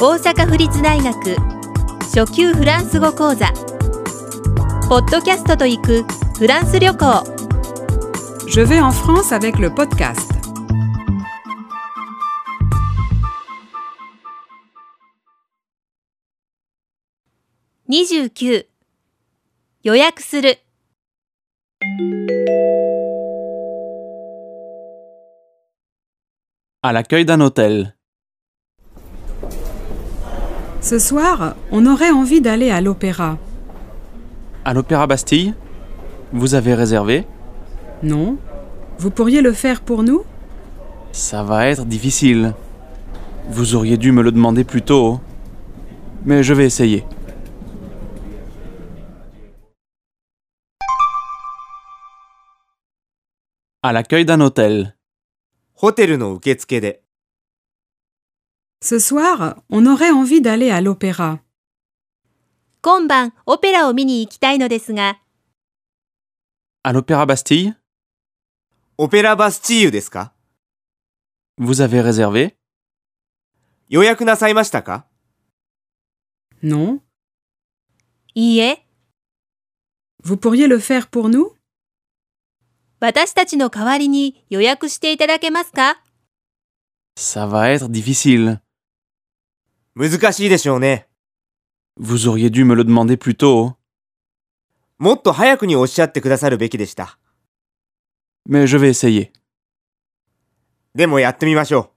大阪府立大学初級フランス語講座ポッドキャストと行くフランス旅行 Je vais en France avec le podcast. 29予約する À l'accueil d'un hôtel. Ce soir, on aurait envie d'aller à l'opéra. À l'Opéra Bastille Vous avez réservé Non Vous pourriez le faire pour nous Ça va être difficile. Vous auriez dû me le demander plus tôt. Mais je vais essayer. À l'accueil d'un hôtel. ホテルの受付で、 Ce soir, on aurait envie d'aller à l'opéra. 今晩オペラを見に行きたいのですが À l'Opéra Bastille オペラバスチーユですか Vous avez réservé 予約なさいましたか Non いいえ Vous pourriez le faire pour nous 私たちの代わりに予約していただけますか Ça va être difficile. 難しいでしょうね。 Vous auriez dû me le demander plus tôt. もっと早くにおっしゃってくださるべきでした。 Mais je vais essayer. でもやってみましょう。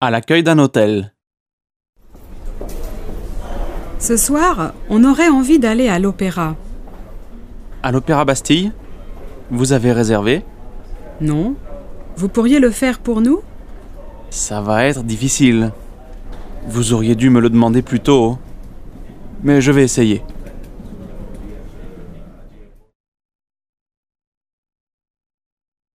À l'accueil d'un hôtel. Ce soir, on aurait envie d'aller à l'opéra. À l'Opéra Bastille Vous avez réservé Non Vous pourriez le faire pour nous Ça va être difficile. Vous auriez dû me le demander plus tôt. Mais je vais essayer.